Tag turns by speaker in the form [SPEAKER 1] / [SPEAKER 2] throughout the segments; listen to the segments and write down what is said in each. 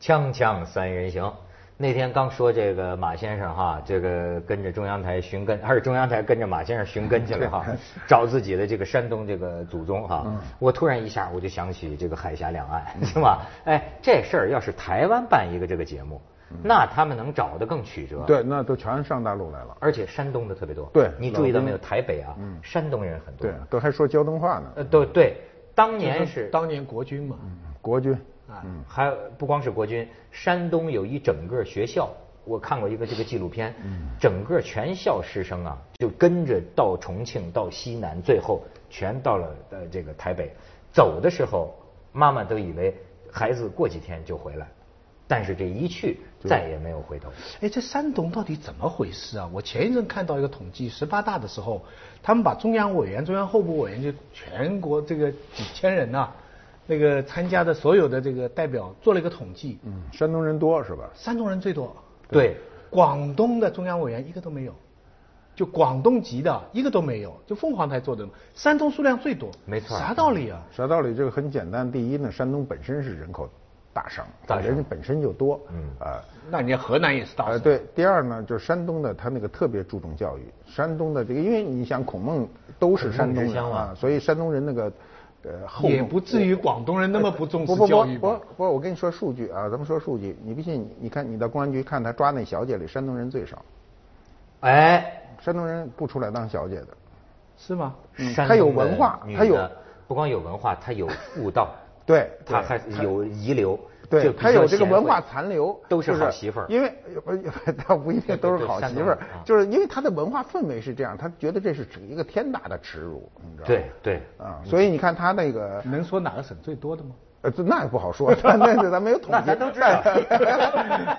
[SPEAKER 1] 锵锵三人行。那天刚说这个马先生哈，这个跟着中央台寻根，还是中央台跟着马先生寻根去了 哈，找自己的这个山东这个祖宗哈。
[SPEAKER 2] 嗯
[SPEAKER 1] 我突然一下我就想起这个海峡两岸， 是吧？哎，这事儿要是台湾办一个这个节目，那他们能找的更曲折。
[SPEAKER 2] 嗯对，那都全上大陆来了。
[SPEAKER 1] 而且山东的特别多。
[SPEAKER 2] 对嗯
[SPEAKER 1] 你注意到没有？台北啊，山东人很多。
[SPEAKER 2] 对，都还说胶东话呢。
[SPEAKER 1] 呃，都对，当年是
[SPEAKER 3] 当年国军嘛，
[SPEAKER 2] 国军。
[SPEAKER 1] 啊，
[SPEAKER 2] 嗯
[SPEAKER 1] 还有不光是国军，山东有一整个学校，我看过一个这个纪录片，
[SPEAKER 2] 嗯
[SPEAKER 1] 整个全校师生啊，就跟着到重庆、到西南，最后全到了呃这个台北。走的时候，妈妈都以为孩子过几天就回来，但是这一去再也没有回头。
[SPEAKER 2] 嗯
[SPEAKER 3] 哎，这山东到底怎么回事啊？我前一阵看到一个统计，十八大的时候，他们把中央委员、中央候补委员，就全国这个几千人呐、那个参加的所有的这个代表做了一个统计，
[SPEAKER 2] 嗯，山东人多是吧？
[SPEAKER 3] 山东人最多，
[SPEAKER 1] 对，
[SPEAKER 3] 广东的中央委员一个都没有，就广东籍的一个都没有，就凤凰台做的嘛，山东数量最多，
[SPEAKER 1] 没错
[SPEAKER 3] 啥道理啊？
[SPEAKER 2] 啥道理？这个很简单。第一呢，山东本身是人口大省，
[SPEAKER 1] 大省
[SPEAKER 2] 人家本身就多，
[SPEAKER 1] 嗯
[SPEAKER 2] 啊、
[SPEAKER 3] 那人家河南也是大
[SPEAKER 2] 呃，
[SPEAKER 3] 省，
[SPEAKER 2] 对。第二呢，就是山东的，他那个特别注重教育。山东的这个，因为你想孔孟都是山东
[SPEAKER 1] 孔孟之乡
[SPEAKER 2] 人
[SPEAKER 1] 嘛
[SPEAKER 2] 啊，所以山东人那个呃后
[SPEAKER 3] 也不至于广东人那么不重视
[SPEAKER 2] 不不
[SPEAKER 3] 教
[SPEAKER 2] 不
[SPEAKER 3] 育
[SPEAKER 2] 不
[SPEAKER 3] 吧？
[SPEAKER 2] 不，我跟你说数据啊，咱们说数据。你不信？你看你到公安局看他抓那小姐里，山东人最少，
[SPEAKER 1] 哎，
[SPEAKER 2] 山东人不出来当小姐的。
[SPEAKER 3] 是吗？
[SPEAKER 2] 嗯
[SPEAKER 1] 山
[SPEAKER 2] 他有
[SPEAKER 1] 东的
[SPEAKER 2] 文化
[SPEAKER 1] 女
[SPEAKER 2] 他有
[SPEAKER 1] 的不光有文化，他有悟道，
[SPEAKER 2] 对
[SPEAKER 1] 他
[SPEAKER 2] 对
[SPEAKER 1] 还
[SPEAKER 2] 他
[SPEAKER 1] 有遗留，就
[SPEAKER 2] 对，
[SPEAKER 1] 比
[SPEAKER 2] 他
[SPEAKER 1] 较
[SPEAKER 2] 有这个
[SPEAKER 1] 贤
[SPEAKER 2] 文
[SPEAKER 1] 惠
[SPEAKER 2] 化残留，
[SPEAKER 1] 都是
[SPEAKER 2] 就
[SPEAKER 1] 好媳妇儿。
[SPEAKER 2] 因为 呃倒不一定都是好媳妇
[SPEAKER 1] 对对对山东人
[SPEAKER 2] 儿
[SPEAKER 1] 啊，
[SPEAKER 2] 就是因为他的文化氛围是这样，他觉得这是一个天大的耻辱，你知道吗？
[SPEAKER 1] 对对
[SPEAKER 2] 啊，所以你看他那个，
[SPEAKER 3] 能说哪个省最多的吗？
[SPEAKER 2] 呃，这那也不 好说，那那咱没有统计，
[SPEAKER 1] 那咱都知道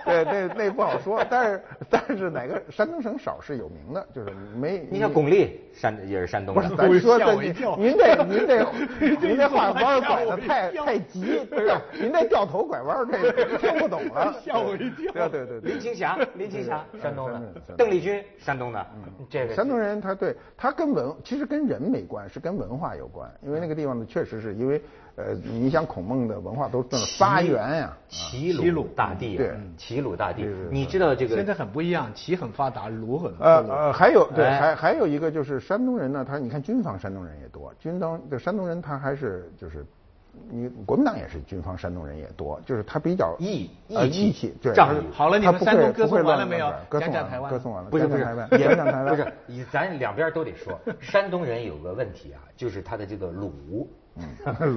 [SPEAKER 2] 对，那那不好说，但是但是哪个山东省少是有名的，就是没
[SPEAKER 1] 你像巩俐，山也是山东
[SPEAKER 2] 不 是
[SPEAKER 1] 人，。
[SPEAKER 2] 咱说
[SPEAKER 3] 吓
[SPEAKER 2] 的
[SPEAKER 3] 我一跳
[SPEAKER 2] 您这您这
[SPEAKER 3] 这
[SPEAKER 2] 您
[SPEAKER 3] 一
[SPEAKER 2] 这
[SPEAKER 3] 说
[SPEAKER 2] 话
[SPEAKER 3] 话
[SPEAKER 2] 弯儿
[SPEAKER 3] 吓
[SPEAKER 2] 拐
[SPEAKER 3] 我
[SPEAKER 2] 的
[SPEAKER 3] 一
[SPEAKER 2] 太
[SPEAKER 3] 跳
[SPEAKER 2] 太急，对吧？您这掉头拐弯儿这 个听不懂了，
[SPEAKER 3] 吓我一
[SPEAKER 2] 对对
[SPEAKER 3] 跳
[SPEAKER 2] 对对
[SPEAKER 1] 林青霞，林青霞，山东
[SPEAKER 2] 山东
[SPEAKER 1] 的
[SPEAKER 2] 人；
[SPEAKER 1] 邓丽君，山东的。这个
[SPEAKER 2] 山东人他对他跟文其实跟人没关，是跟文化有关，因为那个地方呢确实是因为呃，你想孔孟的文化都是发源呀、
[SPEAKER 1] 齐
[SPEAKER 3] 齐
[SPEAKER 1] 鲁
[SPEAKER 3] 鲁
[SPEAKER 1] 大地啊，
[SPEAKER 2] 对
[SPEAKER 1] 齐鲁大地
[SPEAKER 2] 是是是，
[SPEAKER 1] 你知道这个？
[SPEAKER 3] 现在很不一样，棋很发达，卢很
[SPEAKER 1] 啊
[SPEAKER 2] 呃呃，还有对，
[SPEAKER 1] 哎
[SPEAKER 2] 还还有一个就是山东人呢，他你看军方山东人也多，军方对山东人他还是就是，你国民党也是军方山东人也多，就是他比较
[SPEAKER 1] 义
[SPEAKER 2] 呃
[SPEAKER 1] 义气
[SPEAKER 2] 义气，对，
[SPEAKER 1] 仗
[SPEAKER 2] 他
[SPEAKER 1] 义
[SPEAKER 3] 好了你
[SPEAKER 2] 他
[SPEAKER 3] 们
[SPEAKER 2] 不
[SPEAKER 3] 山
[SPEAKER 2] 会
[SPEAKER 3] 东歌
[SPEAKER 2] 不会
[SPEAKER 3] 颂完
[SPEAKER 2] 乱
[SPEAKER 3] 了没有
[SPEAKER 2] 乱歌颂
[SPEAKER 3] 讲讲
[SPEAKER 2] 完
[SPEAKER 3] 台
[SPEAKER 2] 了，
[SPEAKER 3] 湾
[SPEAKER 2] 歌颂完了，
[SPEAKER 1] 不是
[SPEAKER 2] 讲
[SPEAKER 1] 不
[SPEAKER 2] 讲
[SPEAKER 1] 是
[SPEAKER 2] 台湾，
[SPEAKER 1] 也
[SPEAKER 2] 讲讲 台湾
[SPEAKER 1] 不是，以咱两边都得说。山东人有个问题啊，就是他的这个鲁，
[SPEAKER 2] 嗯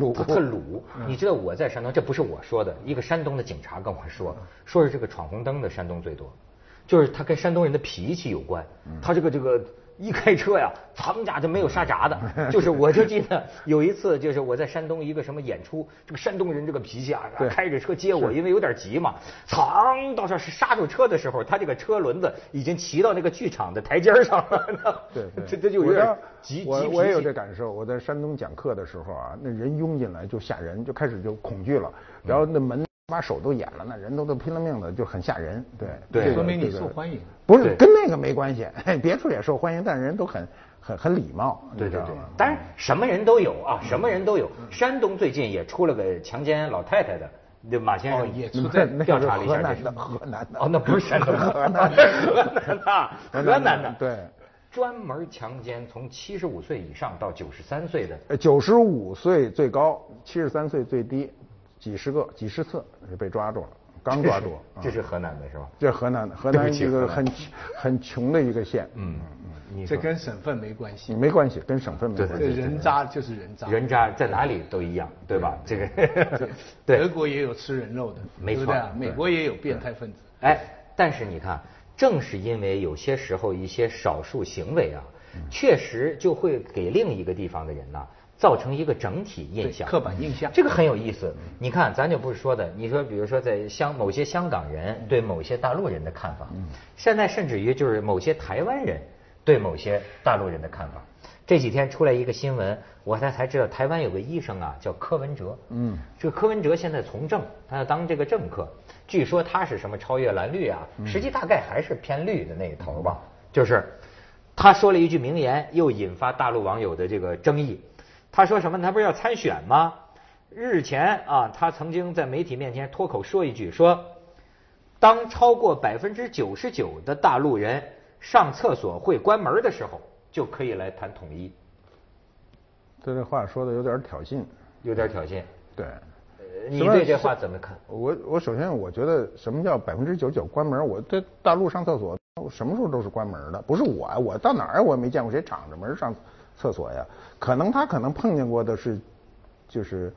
[SPEAKER 2] 鲁
[SPEAKER 1] 他 特鲁。你知道我在山东，这不是我说的，一个山东的警察跟我说，
[SPEAKER 2] 嗯
[SPEAKER 1] 说是这个闯红灯的山东最多，就是他跟山东人的脾气有关。
[SPEAKER 2] 嗯
[SPEAKER 1] 他这个这个一开车呀，他们家就没有刹闸 的，就是我就记得有一次，就是我在山东一个什么演出，这个山东人这个脾气啊，
[SPEAKER 2] 对
[SPEAKER 1] 开着车接我，因为有点急嘛，噌到这儿刹住车的时候，他这个车轮子已经骑到那个剧场的台阶儿上了。
[SPEAKER 2] 对
[SPEAKER 1] 这
[SPEAKER 2] 对，
[SPEAKER 1] 这就有
[SPEAKER 2] 我
[SPEAKER 1] 点
[SPEAKER 2] 这
[SPEAKER 1] 急急
[SPEAKER 2] 我
[SPEAKER 1] 脾
[SPEAKER 2] 我也有
[SPEAKER 1] 气
[SPEAKER 2] 这感受。我在山东讲课的时候啊，那人拥进来就吓人，就开始就恐惧了，然后那门把手都掩了，那人都都拼了命的，就很吓人。对
[SPEAKER 1] 对
[SPEAKER 2] 这个
[SPEAKER 3] 说明你
[SPEAKER 2] 这个
[SPEAKER 3] 受欢迎
[SPEAKER 2] 不是
[SPEAKER 1] 对
[SPEAKER 2] 跟那个没关系，别处也受欢迎，但人都很很很礼貌，你
[SPEAKER 1] 对
[SPEAKER 2] 知
[SPEAKER 1] 对
[SPEAKER 2] 道
[SPEAKER 1] 对
[SPEAKER 2] 吗，嗯
[SPEAKER 1] 当然什么人都有啊，什么人都有。山东最近也出了个强奸老太太的，那马先
[SPEAKER 3] 哦
[SPEAKER 1] 生
[SPEAKER 3] 也出
[SPEAKER 2] 那
[SPEAKER 3] 在
[SPEAKER 2] 那
[SPEAKER 1] 调
[SPEAKER 2] 是
[SPEAKER 1] 查了一
[SPEAKER 2] 河
[SPEAKER 1] 下这
[SPEAKER 2] 南
[SPEAKER 1] 事
[SPEAKER 2] 的，。河南的
[SPEAKER 1] 哦，那不是山东，河南，河南的，河南的，
[SPEAKER 2] 对，
[SPEAKER 1] 专门强奸从七十五岁以上到九十三岁的，
[SPEAKER 2] 呃，九十五岁最高，七十三岁最低，几十个几十次就被抓住了，刚抓住。啊
[SPEAKER 1] 这是河南的是吧？
[SPEAKER 2] 这河南的，河
[SPEAKER 1] 对不
[SPEAKER 2] 南
[SPEAKER 1] 起
[SPEAKER 2] 一
[SPEAKER 1] 河
[SPEAKER 2] 个
[SPEAKER 1] 南
[SPEAKER 2] 很穷很穷的一个县，
[SPEAKER 1] 嗯，你
[SPEAKER 3] 这
[SPEAKER 1] 说
[SPEAKER 3] 跟省份没关系，
[SPEAKER 2] 没关系，跟省份没关
[SPEAKER 3] 这
[SPEAKER 2] 系。
[SPEAKER 3] 人渣就是人
[SPEAKER 2] 嗯
[SPEAKER 3] 渣。
[SPEAKER 1] 人渣在哪里都一样，对吧？这 个对
[SPEAKER 3] 德，国也有吃人肉的，
[SPEAKER 1] 没错
[SPEAKER 3] 对不对啊？美国也有变态分子。
[SPEAKER 1] 哎，但是你看，正是因为有些时候一些少数行为啊，
[SPEAKER 3] 嗯
[SPEAKER 1] 确实就会给另一个地方的人呐、造成一个整体印象、
[SPEAKER 3] 对刻板印象
[SPEAKER 1] 这个很有意思。你看，咱就不是说的，你说比如说在香某些香港人对某些大陆人的看法，现在甚至于就是某些台湾人对某些大陆人的看法。这几天出来一个新闻，我才才知道台湾有个医生啊，叫柯文哲。嗯，这个柯文哲现在从政，他要当这个政客，据说他是什么超越蓝绿啊，实际大概还是偏绿的那一头吧。就是他说了一句名言，又引发大陆网友的这个争议。他说什么？他不是要参选吗？日前啊，他曾经在媒体面前脱口说一句说，当超过百分之九十九的大陆人上厕所会关门的时候，就可以来谈统一，
[SPEAKER 2] 他这话说的有点挑衅，
[SPEAKER 1] 有点挑衅。
[SPEAKER 2] 对。
[SPEAKER 1] 呃你对这话怎么看？
[SPEAKER 2] 我我首先我觉得什么叫百分之九九关门？我在大陆上厕所，我什么时候都是关门的，不是我，我到哪儿我也没见过谁敞着门上厕所呀。可能他可能碰见过的是，就是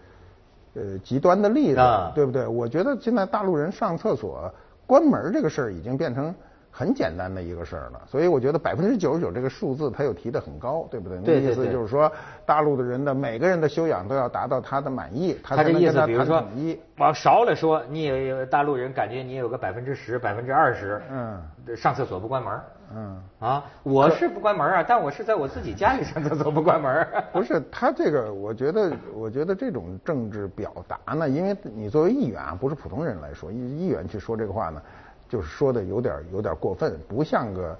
[SPEAKER 2] 呃极端的例子，
[SPEAKER 1] 啊
[SPEAKER 2] 对不对？我觉得现在大陆人上厕所关门这个事儿已经变成。很简单的一个事儿了，所以我觉得百分之九十九这个数字，他又提得很高，对不对？
[SPEAKER 1] 对
[SPEAKER 2] 那意
[SPEAKER 1] 对
[SPEAKER 2] 思
[SPEAKER 1] 对
[SPEAKER 2] 就是说，大陆的人的每个人的修养都要达到他的满意，
[SPEAKER 1] 他
[SPEAKER 2] 才
[SPEAKER 1] 这
[SPEAKER 2] 能
[SPEAKER 1] 意
[SPEAKER 2] 跟
[SPEAKER 1] 思，
[SPEAKER 2] 他
[SPEAKER 1] 比如
[SPEAKER 2] 谈
[SPEAKER 1] 说
[SPEAKER 2] 统一。
[SPEAKER 1] 往少了说，你也有大陆人感觉你也有个百分之十、百分之二十，
[SPEAKER 2] 嗯，
[SPEAKER 1] 上厕所不关门儿。
[SPEAKER 2] 嗯，
[SPEAKER 1] 啊，我是不关门儿啊，但我是在我自己家里上厕所不关门儿。
[SPEAKER 2] 不是他这个，我觉得，我觉得这种政治表达呢，因为你作为议员啊，不是普通人来说，议议员去说这个话呢，就是说的有点有点过分，不像个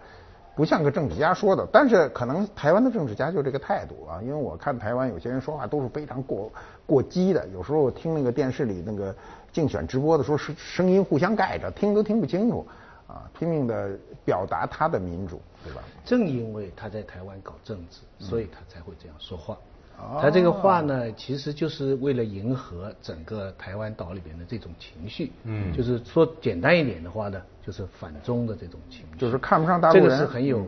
[SPEAKER 2] 不像个政治家说的。但是可能台湾的政治家就这个态度啊，因为我看台湾有些人说话都是非常过过激的，有时候我听那个电视里那个竞选直播的时候，声声音互相盖着，听都听不清楚啊，拼命的表达他的民主，对吧？
[SPEAKER 3] 正因为他在台湾搞政治，
[SPEAKER 1] 嗯
[SPEAKER 3] 所以他才会这样说话
[SPEAKER 2] 哦。
[SPEAKER 3] 他这个话呢，其实就是为了迎合整个台湾岛里边的这种情绪。
[SPEAKER 1] 嗯
[SPEAKER 3] 就是说简单一点的话呢，就是反中的这种情绪。
[SPEAKER 2] 就是看不上大陆
[SPEAKER 3] 这
[SPEAKER 2] 人，
[SPEAKER 3] 个是很有。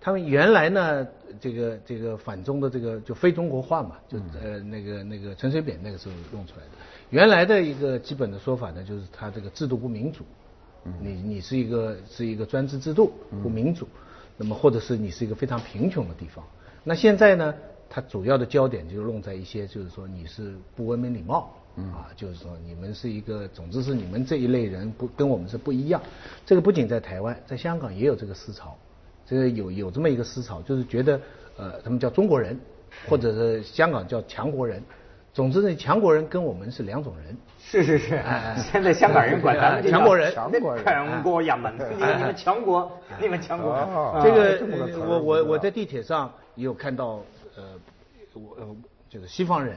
[SPEAKER 3] 他们原来呢，这个这个反中的这个就非中国化嘛，就呃那个那个陈水扁那个时候弄出来的。原来的一个基本的说法呢，就是他这个制度不民主，你你是一个是一个专制制度不民主，那么或者是你是一个非常贫穷的地方。那现在呢，它主要的焦点就弄在一些就是说你是不文明礼貌，啊，就是说你们是一个，总之是你们这一类人不跟我们是不一样。这个不仅在台湾，在香港也有这个思潮，这个有有这么一个思潮，就是觉得呃，他们叫中国人，或者是香港叫强国人。总之呢，强国人跟我们是两种人。
[SPEAKER 1] 是是是
[SPEAKER 3] 哎 哎，
[SPEAKER 1] 现在香港人管咱们这叫
[SPEAKER 3] 强国人
[SPEAKER 2] 强国人哎
[SPEAKER 1] 强国呀们，你们你们强国，你们强国。
[SPEAKER 2] 哦
[SPEAKER 1] 啊
[SPEAKER 3] 这
[SPEAKER 2] 这么个词
[SPEAKER 3] 个
[SPEAKER 2] 儿
[SPEAKER 3] 呃我
[SPEAKER 2] 我
[SPEAKER 3] 我
[SPEAKER 2] 知道
[SPEAKER 3] 我在地铁上也有看到，呃，我呃就是西方人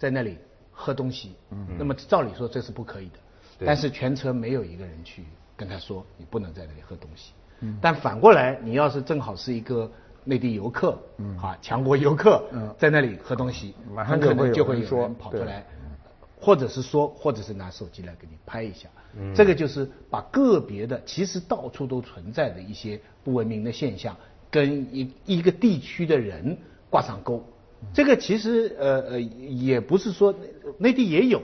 [SPEAKER 3] 在那里喝东西，
[SPEAKER 2] 嗯
[SPEAKER 3] 那么照理说这是不可以的，
[SPEAKER 1] 对
[SPEAKER 3] 但是全车没有一个人去跟他说你不能在那里喝东西，
[SPEAKER 2] 嗯
[SPEAKER 3] 但反过来你要是正好是一个。内地游客，啊，强国游客
[SPEAKER 2] 嗯
[SPEAKER 3] 在那里喝东西，
[SPEAKER 2] 马上
[SPEAKER 3] 很可
[SPEAKER 2] 就会
[SPEAKER 3] 能
[SPEAKER 2] 有
[SPEAKER 3] 就会
[SPEAKER 2] 人
[SPEAKER 3] 有人
[SPEAKER 2] 说
[SPEAKER 3] 跑出
[SPEAKER 2] 对
[SPEAKER 3] 来，或者是说，或者是拿手机来给你拍一下。
[SPEAKER 2] 嗯
[SPEAKER 3] 这个就是把个别的，其实到处都存在的一些不文明的现象，跟一一个地区的人挂上钩。
[SPEAKER 2] 嗯
[SPEAKER 3] 这个其实呃呃，也不是说内地也有。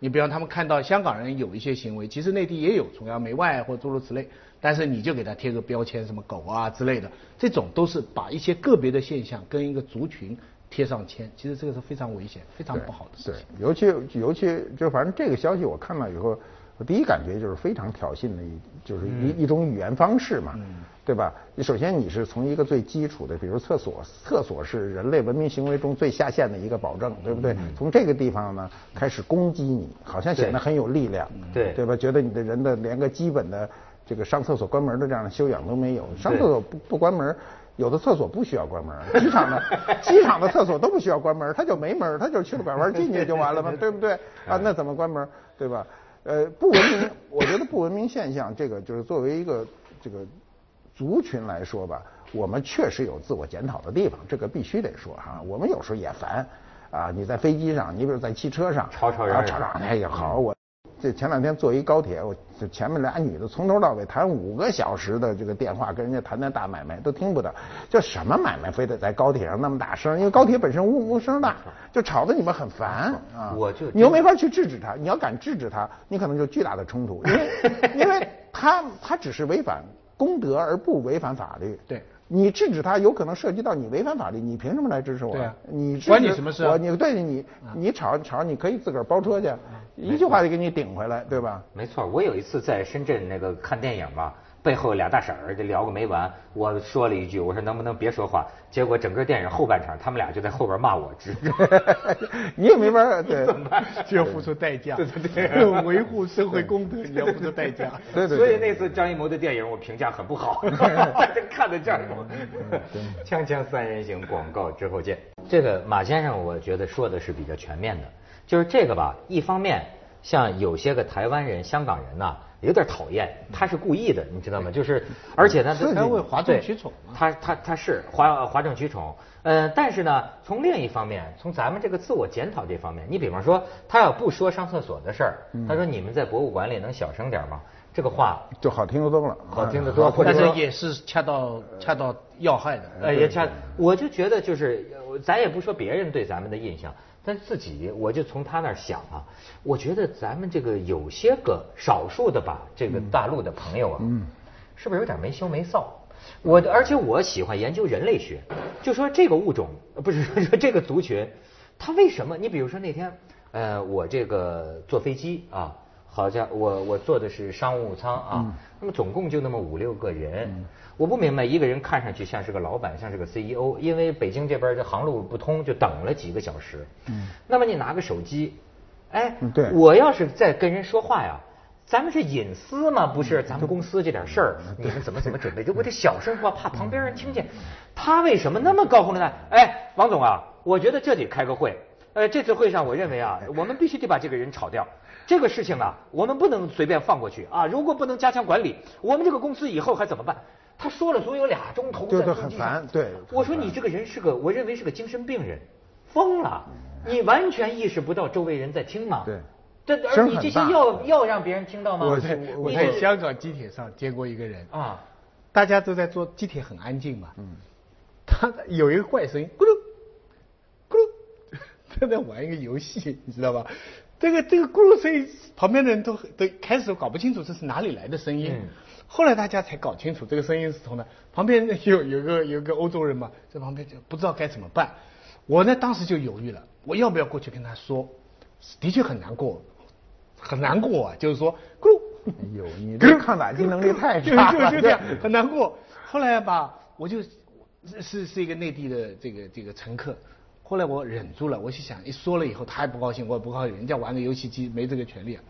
[SPEAKER 3] 你比方他们看到香港人有一些行为，其实内地也有崇洋媚外啊或诸如此类，但是你就给他贴个标签，什么狗啊之类的，这种都是把一些个别的现象跟一个族群贴上签，其实这个是非常危险、非常
[SPEAKER 2] 对
[SPEAKER 3] 不好的事
[SPEAKER 2] 对
[SPEAKER 3] 情。，
[SPEAKER 2] 尤其尤其就反正这个消息我看到以后，我第一感觉就是非常挑衅的一，就是一、
[SPEAKER 3] 嗯
[SPEAKER 2] 一种语言方式嘛，对吧？你首先你是从一个最基础的，比如厕所，厕所是人类文明行为中最下限的一个保证，对不对？
[SPEAKER 3] 嗯
[SPEAKER 2] 从这个地方呢开始攻击你，好像显得
[SPEAKER 1] 对
[SPEAKER 2] 很有力量，
[SPEAKER 1] 对
[SPEAKER 2] 对吧？觉得你的人的连个基本的这个上厕所关门的这样的修养都没有，上厕所不不关门。有的厕所不需要关门，机 场的机场的厕所都不需要关门，它就没门，它就去了拐弯进去就完了嘛，对不对？
[SPEAKER 1] 哎
[SPEAKER 2] 啊，那怎么关门，对吧？呃，不文 明，我觉得不文明现象，这个就是作为一个这个族群来说吧，我们确实有自我检讨的地方，这个必须得说哈。我们有时候也烦啊，你在飞机上，你比如在汽车上，
[SPEAKER 1] 吵吵
[SPEAKER 2] 啊
[SPEAKER 1] 嚷嚷
[SPEAKER 2] 吵吵，哎呀，好，我这前两天坐一高铁，我就前面俩女的从头到尾谈五个小时的这个电话，跟人家谈谈大买卖都听不到，就什么买卖非得在高铁上那么大声，因为高铁本身嗡嗡声大，就吵得你们很烦啊。
[SPEAKER 1] 我就
[SPEAKER 2] 你又没法去制止他，你要敢制止他，你可能就巨大的冲突，因为因为他他只是违反公德而不违反法律。
[SPEAKER 3] 对。
[SPEAKER 2] 你制止他，有可能涉及到你违反法律，你凭什么来支持我？
[SPEAKER 3] 对啊
[SPEAKER 2] 你支持
[SPEAKER 3] 关你什么事啊啊
[SPEAKER 2] 我你对你，你吵吵，你可以自个儿包车去，一句话就给你顶回来，对吧？
[SPEAKER 1] 没错，我有一次在深圳那个看电影嘛，背后俩大婶儿就聊个没完。我说了一句，我说能不能别说话？结果整个电影后半场，他们俩就在后边骂我，指着。
[SPEAKER 2] 你也没法 儿对。
[SPEAKER 3] 就要付出代价。对对对， 维护社会公德，你要付出代价。
[SPEAKER 2] 对对对
[SPEAKER 1] 所以那次张艺谋的电影我评价很不 好，这看的这儿我。嗯锵锵三人行广告之后见。这个马先生，我觉得说的是比较全面的。就是这个吧，一方面像有些个台湾人、香港人呐、有点讨厌，他是故意的，你知道吗？就是，而且呢，
[SPEAKER 3] 刺激
[SPEAKER 1] 他
[SPEAKER 3] 你
[SPEAKER 1] 会
[SPEAKER 3] 哗众取宠嘛
[SPEAKER 1] 他他他是哗哗众取宠，呃，但是呢，从另一方面，从咱们这个自我检讨这方面，你比方说，他要不说上厕所的事儿，
[SPEAKER 3] 嗯
[SPEAKER 1] 他说你们在博物馆里能小声点吗？这个话
[SPEAKER 2] 就好听得多了，
[SPEAKER 1] 好听得多，
[SPEAKER 2] 啊
[SPEAKER 1] 或者
[SPEAKER 3] 但
[SPEAKER 1] 说
[SPEAKER 3] 是也是恰到恰到要害的。
[SPEAKER 1] 呃，也差，我就觉得就是，呃咱也不说别人对咱们的印象，但自己我就从他那儿想啊，我觉得咱们这个有些个少数的吧，这
[SPEAKER 3] 嗯
[SPEAKER 1] 个大陆的朋友啊，是不是有点没羞没臊？我而且我喜欢研究人类学，就说这个物种呃不是 说这个族群，它为什么？你比如说那天，呃，我这个坐飞机啊，好像我我坐的是商务舱啊，那么总共就那么五六个人，我不明白一个人看上去像是个老板，像是个 CEO，因为北京这边这航路不通，就等了几个小时。嗯，那么你拿个手机，哎
[SPEAKER 2] 嗯，对
[SPEAKER 1] 我要是在跟人说话呀。咱们是隐私嘛，不
[SPEAKER 2] 嗯
[SPEAKER 1] 是咱们公司这点事儿，你们怎么怎么准备？就我这小声说，怕旁边人听见。
[SPEAKER 2] 嗯
[SPEAKER 1] 他为什么那么高呼呢？哎，王总啊，我觉得这得开个会。呃，这次会上，我认为
[SPEAKER 2] 哎
[SPEAKER 1] 啊，我们必须得把这个人炒掉。这个事情啊，我们不能随便放过去啊！如果不能加强管理，我们这个公司以后还怎么办？他说了足有俩钟头，
[SPEAKER 2] 对
[SPEAKER 1] 在
[SPEAKER 2] 对
[SPEAKER 1] 飞机
[SPEAKER 2] 很
[SPEAKER 1] 上
[SPEAKER 2] 烦对
[SPEAKER 1] 我说你这个人是个，我认为是个精神病人，疯了，你完全意识不到周围人在听吗？
[SPEAKER 2] 嗯对
[SPEAKER 1] 这而
[SPEAKER 2] 声
[SPEAKER 1] 你
[SPEAKER 2] 很
[SPEAKER 1] 这些
[SPEAKER 2] 大
[SPEAKER 1] 要要让别人听到吗？
[SPEAKER 2] 我在
[SPEAKER 1] 你
[SPEAKER 3] 我在香港地铁上见过一个人，
[SPEAKER 1] 啊，
[SPEAKER 3] 大家都在坐地铁，很安静嘛。嗯，他有一个怪声音，咕噜咕噜，他在玩一个游戏，你知道吧？这个这个咕噜声音，旁边的人都都开始搞不清楚这是哪里来的声音。
[SPEAKER 1] 嗯
[SPEAKER 3] 后来大家才搞清楚这个声音是从哪。旁边有有个有个欧洲人嘛，在旁边就不知道该怎么办。我呢当时就犹豫了，我要不要过去跟他说？的确很难过，很难过啊，就是说咕噜。
[SPEAKER 2] 哎呦，你这抗打击能力太差
[SPEAKER 3] 就就
[SPEAKER 2] 了，
[SPEAKER 3] 就这样，很难过。后来吧，我就是是是一个内地的这个这个乘客，后来我忍住了，我去想，一说了以后他还不高兴，我也不高兴，人家玩个游戏机没这个权利啊。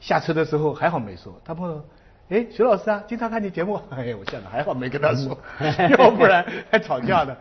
[SPEAKER 3] 下车的时候还好没说，他朋友。哎，徐老师啊，经常看你节目。哎，我想的还好没跟 他说，要不然还吵架呢。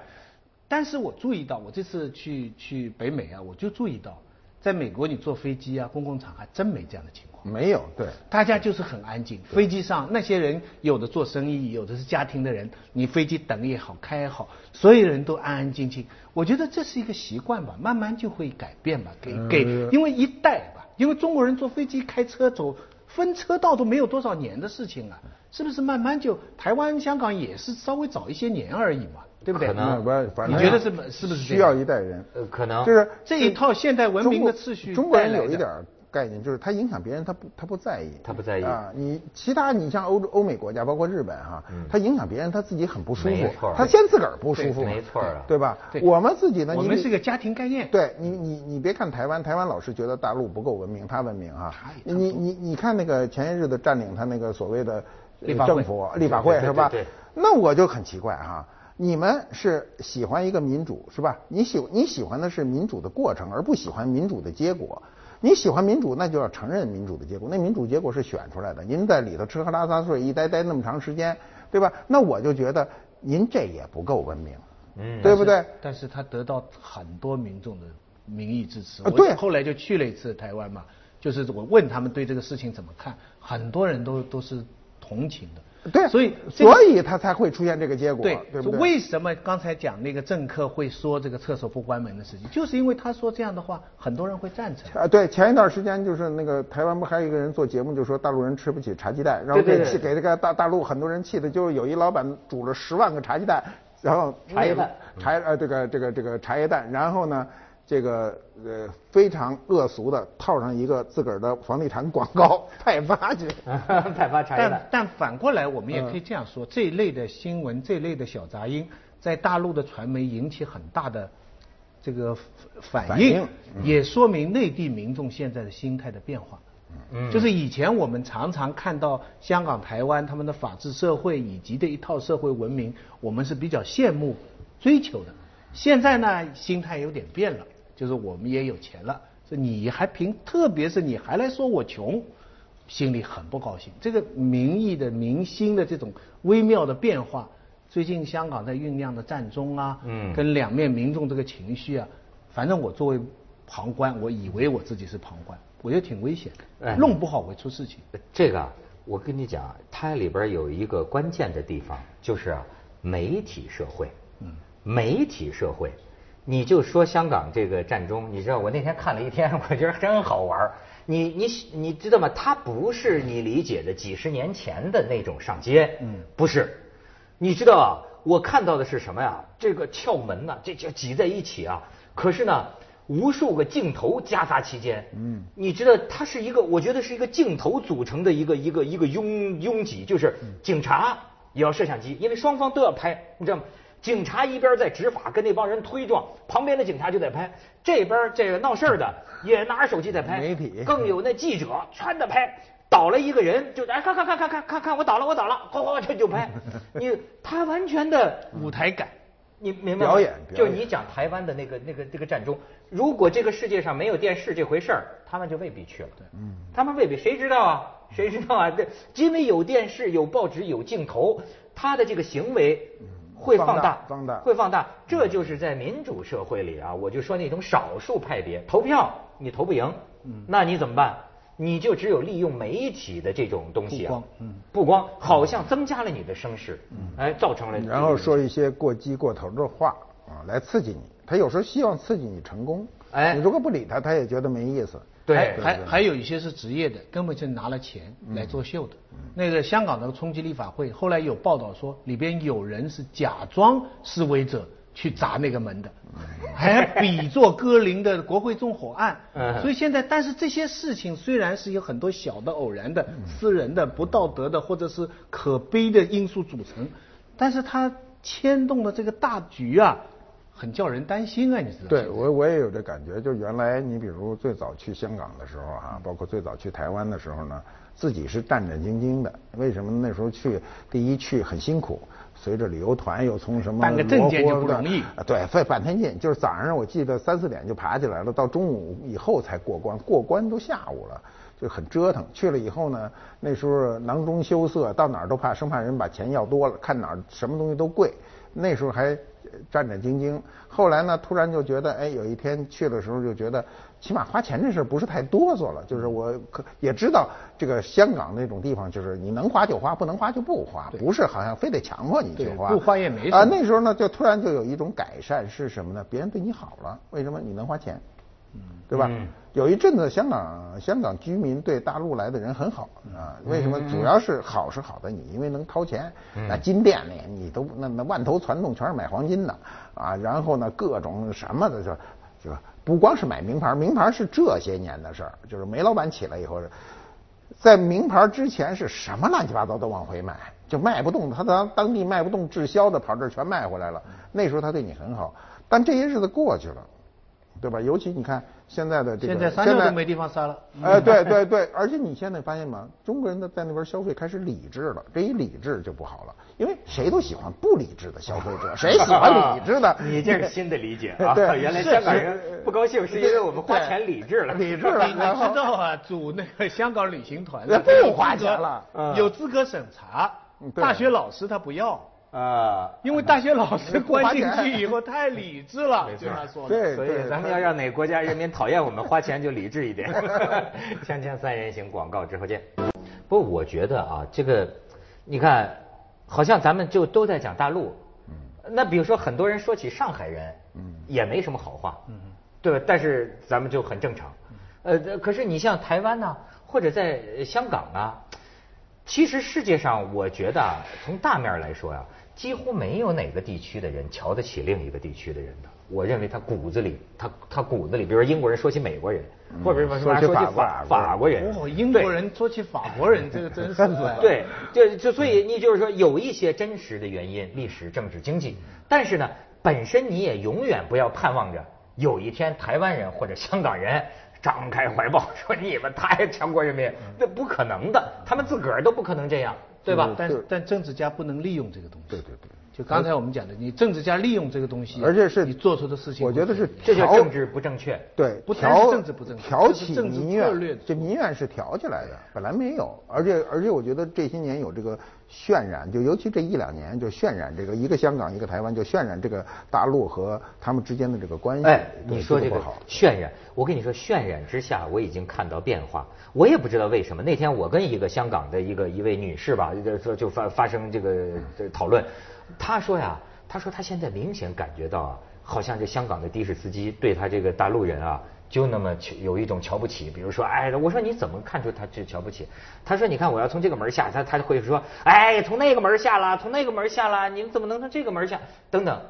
[SPEAKER 3] 但是我注意到，我这次去去北美啊，我就注意到，在美国你坐飞机啊，公共场合还真没这样的情况。
[SPEAKER 2] 没有对。
[SPEAKER 3] 大家就是很安静。飞机上那些人，有的做生意，有的是家庭的人，你飞机等也好，开也好，所有人都安安静静。我觉得这是一个习惯吧，慢慢就会改变吧。给
[SPEAKER 2] 呃
[SPEAKER 3] 给，因为一代吧，因为中国人坐飞机、开车走分车道都没有多少年的事情啊，是不是？慢慢就台湾、香港也是稍微早一些年而已嘛，对不对？啊
[SPEAKER 1] 可能
[SPEAKER 2] 不是，反
[SPEAKER 3] 你
[SPEAKER 2] 正
[SPEAKER 3] 觉得是是不是这
[SPEAKER 2] 需
[SPEAKER 3] 样
[SPEAKER 2] 要一代人？
[SPEAKER 1] 呃可能
[SPEAKER 2] 就是
[SPEAKER 3] 这一套现代文明的次序
[SPEAKER 2] 中国中国
[SPEAKER 3] 带来
[SPEAKER 2] 人有一
[SPEAKER 3] 的
[SPEAKER 2] 点概念，就是他影响别人，他不他不在意，
[SPEAKER 1] 他不在意
[SPEAKER 2] 啊。你其他你像欧洲欧美国家，包括日本哈、他影响别人，他自己很不舒
[SPEAKER 1] 嗯没
[SPEAKER 2] 服
[SPEAKER 1] 错，
[SPEAKER 2] 他先自个儿不舒服，
[SPEAKER 1] 对没错啊
[SPEAKER 2] 对吧
[SPEAKER 3] 对？
[SPEAKER 2] 我们自己呢，
[SPEAKER 3] 我
[SPEAKER 2] 你
[SPEAKER 3] 们
[SPEAKER 2] 比
[SPEAKER 3] 是一个家庭概念。
[SPEAKER 2] 对你，你你别看台湾，台湾老是觉得大陆不够文明，他文明啊
[SPEAKER 3] 他。
[SPEAKER 2] 你
[SPEAKER 3] 也
[SPEAKER 2] 你你你看那个前些日子占领他那个所谓的
[SPEAKER 3] 立
[SPEAKER 2] 呃
[SPEAKER 3] 法会
[SPEAKER 2] 政府立法会
[SPEAKER 1] 对对
[SPEAKER 2] 是吧
[SPEAKER 1] 对对？
[SPEAKER 2] 那我就很奇怪哈、你们是喜欢一个民主是吧？你喜你喜欢的是民主的过程，而不喜欢民主的结果。你喜欢民主，那就要承认民主的结果。那民主结果是选出来的，您在里头吃喝拉撒睡一待待那么长时间，对吧？那我就觉得您这也不够文明，
[SPEAKER 1] 嗯
[SPEAKER 2] 对不对？
[SPEAKER 3] 但是他得到很多民众的民意支持。
[SPEAKER 2] 啊
[SPEAKER 3] 我
[SPEAKER 2] 对
[SPEAKER 3] 后来就去了一次台湾嘛，就是我问他们对这个事情怎么看，很多人都都是同情的。
[SPEAKER 2] 对，
[SPEAKER 3] 所以这个
[SPEAKER 2] 所以他才会出现这个结果，对
[SPEAKER 3] 对，
[SPEAKER 2] 不
[SPEAKER 3] 是
[SPEAKER 2] 对？
[SPEAKER 3] 为什么刚才讲那个政客会说这个厕所不关门的事情，就是因为他说这样的话，很多人会赞成。
[SPEAKER 2] 啊，对，前一段时间就是那个台湾不还有一个人做节目，就说大陆人吃不起茶鸡蛋，然后
[SPEAKER 1] 对
[SPEAKER 2] 给
[SPEAKER 1] 对
[SPEAKER 2] 气
[SPEAKER 1] 对
[SPEAKER 2] 给这个大大陆很多人气的，就是有一老板煮了十万个茶鸡蛋，然后
[SPEAKER 1] 茶叶蛋
[SPEAKER 2] 茶呃这个这个这个茶叶蛋，然后呢这个呃非常恶俗的套上一个自个儿的房地产广告 派发去，
[SPEAKER 1] 派发茶叶蛋
[SPEAKER 3] 但。但反过来，我们也可以这样说，这一类的新闻，这一类的小杂音，在大陆的传媒引起很大的这个反
[SPEAKER 2] 反
[SPEAKER 3] 应，
[SPEAKER 2] 应
[SPEAKER 3] 也说明内地民众现在的心态的变化。
[SPEAKER 1] 嗯
[SPEAKER 3] 就是以前我们常常看到香港、台湾他们的法治社会以及的一套社会文明，我们是比较羡慕、追求的。现在呢，心态有点变了，就是我们也有钱了，这你还凭，特别是你还来说我穷，心里很不高兴。这个民意的民心的这种微妙的变化，最近香港在酝酿的战中啊，
[SPEAKER 1] 嗯
[SPEAKER 3] 跟两面民众这个情绪啊，反正我作为旁观，我以为我自己是旁观，我觉得挺危险
[SPEAKER 1] 哎
[SPEAKER 3] 的，弄不好会出事情。
[SPEAKER 1] 这个啊我跟你讲啊，它里边有一个关键的地方，就是啊，媒体社会。嗯，媒体社会，你就说香港这个战中，你知道我那天看了一天， 我觉得真好玩儿你你你知道吗？它不是你理解的几十年前的那种上街，嗯，不是，你知道啊，我看到的是什么呀？这个窍门呐、这就挤在一起啊。可是呢，无数个镜头夹杂其间，嗯，你知道它是一个，我觉得是一个镜头组成的一个一个一个拥拥挤，就是警察也要摄像机，因为双方都要拍，你知道吗？警察一边在执法，跟那帮人推撞，旁边的警察就在拍，这边这个闹事儿的 也拿着手机在拍，
[SPEAKER 2] 媒体
[SPEAKER 1] 更有那记者全在拍，倒了一个人就哎看看看看看看看我倒了我倒了，哗哗哗就就 拍，你他完全的舞台感，你明白吗？
[SPEAKER 2] 表演表
[SPEAKER 1] 就
[SPEAKER 2] 演
[SPEAKER 1] 你讲台湾的那个那个这个战中，如果这个世界上没有电视这回事儿，他们就未必去了。对，嗯，他们未必谁知道啊？谁知道啊？这因为有电视、有报纸、有镜头，他的这个行为会
[SPEAKER 2] 嗯放
[SPEAKER 1] 放
[SPEAKER 2] 大放大嗯
[SPEAKER 1] 会放大。这就是在民主社会里啊，我就说那种少数派别投票你投不赢，
[SPEAKER 2] 嗯
[SPEAKER 1] 那你怎么办？你就只有利用媒体的这种东西啊，
[SPEAKER 3] 曝光嗯
[SPEAKER 1] 曝光好像增加了你的声势，哎，造成了
[SPEAKER 2] 嗯然后说一些过激过头的话啊，来刺激你。他有时候希望刺激你成功，
[SPEAKER 1] 哎
[SPEAKER 2] 你如果不理他，他也觉得没意思。
[SPEAKER 1] 对嗯
[SPEAKER 3] 还
[SPEAKER 2] 哎
[SPEAKER 3] 还还有一些是职业的，根本就拿了钱来作秀的。那个香港的冲击立法会，后来有报道说里边有人是假装示威者去砸那个门的，
[SPEAKER 1] 嗯
[SPEAKER 3] 还比作歌林的国会纵火案
[SPEAKER 1] 嗯。？
[SPEAKER 3] 所以现在，但是这些事情虽然是有很多小的偶然的、私人的、不道德的或者是可悲的因素组成，但是它牵动的这个大局啊，很叫人担心啊，你知道吗？
[SPEAKER 2] 对我我也有这感觉，就原来你比如最早去香港的时候啊，包括最早去台湾的时候呢，自己是战战兢兢的。为什么呢那时候去？第一去很辛苦，随着旅游团又从什么
[SPEAKER 3] 办个证件
[SPEAKER 2] 罗
[SPEAKER 3] 就不
[SPEAKER 2] 锅的
[SPEAKER 3] 容易
[SPEAKER 2] 啊对，费半天劲。就是早上我记得三四点就爬起来了，到中午以后才过关，过关都下午了。就很折腾，去了以后呢，那时候囊中羞涩，到哪儿都怕，生怕人把钱要多了，看哪儿什么东西都贵。那时候还呃战战兢兢。后来呢，突然就觉得，哎，有一天去的时候就觉得，起码花钱这事儿不是太哆嗦了。就是我可也知道这个香港那种地方，就是你能花就花，不能花就不花，不是好像非得强迫你去
[SPEAKER 3] 对
[SPEAKER 2] 花，
[SPEAKER 3] 不花也没什
[SPEAKER 2] 啊。
[SPEAKER 3] 么
[SPEAKER 2] 那时候呢，就突然就有一种改善是什么呢？别人对你好了，为什么你能花钱？对吧？有一阵子，香港香港居民对大陆来的人很好啊。为什么？主要是好是好的你，因为能掏钱。那金店里你都那那万头攒动全是买黄金的啊，然后呢各种什么的就就不光是买名牌，名牌是这些年的事儿，就是煤老板起来以后是。在名牌之前是什么乱七八糟都往回买，就卖不动，他当当地卖不动滞销的，跑这儿全卖回来了。那时候他对你很好，但这些日子过去了，对吧？尤其你看现在的这个，
[SPEAKER 3] 现在撒尿都没地方撒了
[SPEAKER 2] 哎，对对对，而且你现在发现吗？中国人的在那边消费开始理智了，这一理智就不好了，因为谁都喜欢不理智的消费 者，谁喜欢理智的
[SPEAKER 1] 你这是新的理解啊！
[SPEAKER 2] 对
[SPEAKER 1] 原来
[SPEAKER 2] 是
[SPEAKER 1] 香港
[SPEAKER 2] 是
[SPEAKER 1] 人不高兴是因为我们花
[SPEAKER 2] 对
[SPEAKER 1] 钱理智了。
[SPEAKER 2] 理智
[SPEAKER 3] 你
[SPEAKER 2] 了，
[SPEAKER 3] 你
[SPEAKER 2] 然后
[SPEAKER 3] 知道啊，组那个香港旅行团
[SPEAKER 2] 那
[SPEAKER 3] 的
[SPEAKER 2] 不花钱了
[SPEAKER 1] 嗯
[SPEAKER 3] 有资格审查
[SPEAKER 2] 嗯。对嗯
[SPEAKER 3] 大学老师他不要，
[SPEAKER 1] 啊，
[SPEAKER 3] 因为大学老师关进
[SPEAKER 2] 不花
[SPEAKER 3] 去
[SPEAKER 2] 钱
[SPEAKER 3] 以后太理智了，就他说的。
[SPEAKER 2] 对
[SPEAKER 1] 所
[SPEAKER 2] 对
[SPEAKER 1] 以咱们要让哪个国家人民讨厌我们，花钱就理智一点。 锵锵三人行广告之后见。不，我觉得啊，这个你看，好像咱们就都在讲大陆。
[SPEAKER 2] 嗯
[SPEAKER 1] 那比如说，很多人说起上海人，也没什么好话，
[SPEAKER 2] 嗯
[SPEAKER 1] 对吧？但是咱们就很正常。呃，可是你像台湾呐、或者在呃香港啊，其实世界上，我觉得啊，从大面儿来说呀、几乎没有哪个地区的人瞧得起另一个地区的人的。我认为他骨子里，他他骨子里，比如说英国人说起美国人，或者说
[SPEAKER 2] 说起
[SPEAKER 1] 起
[SPEAKER 2] 法
[SPEAKER 1] 法
[SPEAKER 2] 法国人
[SPEAKER 1] 法国人，
[SPEAKER 3] 哦，英
[SPEAKER 1] 对
[SPEAKER 3] 国人说起法国人，这个真 是啊
[SPEAKER 1] 对，就就所以你就是说有一些真实的原因，历史、政治、经济，但是呢，本身你也永远不要盼望着有一天台湾人或者香港人张开怀抱说你们太强国人民，那不可能的，他们自个儿都不可能这样，对吧？
[SPEAKER 3] 但但政治家不能利用这个东西。
[SPEAKER 2] 对对对。
[SPEAKER 3] 就刚才我们讲的，你政治家利用这个东西，
[SPEAKER 2] 而且是
[SPEAKER 3] 你做出的事情，
[SPEAKER 2] 我觉得是
[SPEAKER 1] 这叫
[SPEAKER 2] 调
[SPEAKER 1] 政治不正确。
[SPEAKER 2] 对，
[SPEAKER 3] 不单是
[SPEAKER 2] 挑
[SPEAKER 3] 政治不正确
[SPEAKER 2] 挑
[SPEAKER 3] 这是
[SPEAKER 2] 起
[SPEAKER 3] 政治
[SPEAKER 2] 民
[SPEAKER 3] 策略
[SPEAKER 2] 怨，这民怨是挑起来的，本来没有，而且而且我觉得这些年有这个渲染，就尤其这一两年就渲染这个一个香港一个台湾，就渲染这个大陆和他们之间的这个关系。
[SPEAKER 1] 哎，
[SPEAKER 2] 对
[SPEAKER 1] 你说这
[SPEAKER 2] 不
[SPEAKER 1] 个
[SPEAKER 2] 好。
[SPEAKER 1] 渲染，我跟你说，渲染之下我已经看到变化，我也不知道为什么。那天我跟一个香港的一个一位女士吧，就就就发发生这个这讨论，她说呀，她说她现在明显感觉到啊，好像这香港的的士司机对她这个大陆人啊。就那么瞧有一种瞧不起，比如说，哎，我说你怎么看出他这瞧不起？他说，你看我要从这个门下，他他会说，哎，从那个门下啦，从那个门下啦，你们怎么能从这个门下？等等，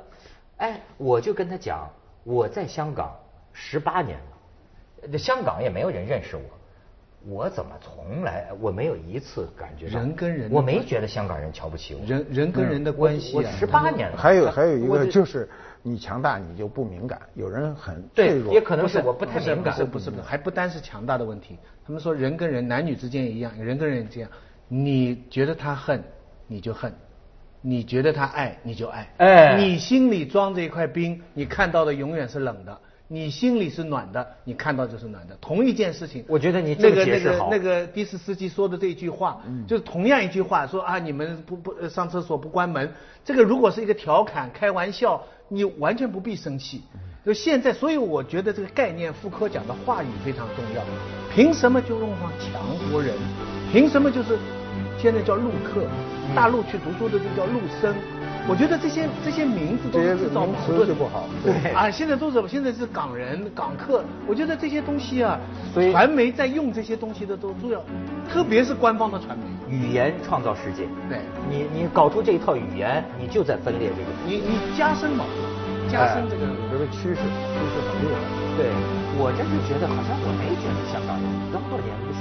[SPEAKER 1] 哎，我就跟他讲，我在香港十八年了，这香港也没有人认识我，我怎么从来我没有一次感觉到
[SPEAKER 3] 人跟人的
[SPEAKER 1] 我没觉得香港人瞧不起我，
[SPEAKER 3] 人人跟人的关系
[SPEAKER 1] 我
[SPEAKER 3] 啊，
[SPEAKER 1] 十八年了，
[SPEAKER 2] 还有还有一
[SPEAKER 1] 我
[SPEAKER 2] 个就是，你强大你就不敏感，有人很脆
[SPEAKER 1] 对，
[SPEAKER 2] 弱。
[SPEAKER 1] 也可能
[SPEAKER 3] 不
[SPEAKER 1] 是
[SPEAKER 3] 是
[SPEAKER 1] 我不太
[SPEAKER 3] 是
[SPEAKER 1] 敏感，
[SPEAKER 3] 不是不是不是，还不单是强大的问题。他们说人跟人、男女之间也一样，人跟人之间，你觉得他恨，你就恨；你觉得他爱，你就爱。
[SPEAKER 1] 哎
[SPEAKER 3] 你心里装着一块冰，你看到的永远是冷的；你心里是暖的，你看到就是暖的。同一件事情，
[SPEAKER 1] 我觉得你这个
[SPEAKER 3] 那个
[SPEAKER 1] 解
[SPEAKER 3] 那
[SPEAKER 1] 释
[SPEAKER 3] 个
[SPEAKER 1] 好
[SPEAKER 3] 那个的士司机说的这一句话，
[SPEAKER 2] 嗯
[SPEAKER 3] 就是同样一句话，说啊你们不不呃上厕所不关门，这个如果是一个调侃开玩笑，你完全不必生气。
[SPEAKER 2] 嗯
[SPEAKER 3] 就现在，所以我觉得这个概念，傅科讲的话语非常重要。凭什么就用上强国人？凭什么就是现在叫陆客？
[SPEAKER 2] 嗯
[SPEAKER 3] 大陆去读书的就叫陆生。我觉得这些这些名字都是制造
[SPEAKER 2] 这些
[SPEAKER 3] 矛
[SPEAKER 2] 名词
[SPEAKER 3] 盾，
[SPEAKER 2] 就不好
[SPEAKER 1] 对
[SPEAKER 3] 啊，现在都是现在是港人、港客，我觉得这些东西啊，
[SPEAKER 1] 所以
[SPEAKER 3] 传媒在用这些东西的都都要，特别是官方的传媒，
[SPEAKER 1] 语言创造世界，
[SPEAKER 3] 对
[SPEAKER 1] 你你搞出这一套语言，你就在分裂这个世界。
[SPEAKER 3] 你你加深矛盾，加深这个。
[SPEAKER 2] 哎这个趋势趋势很厉害。
[SPEAKER 1] 对我真是觉得好像我没觉得香港人这么多年不是。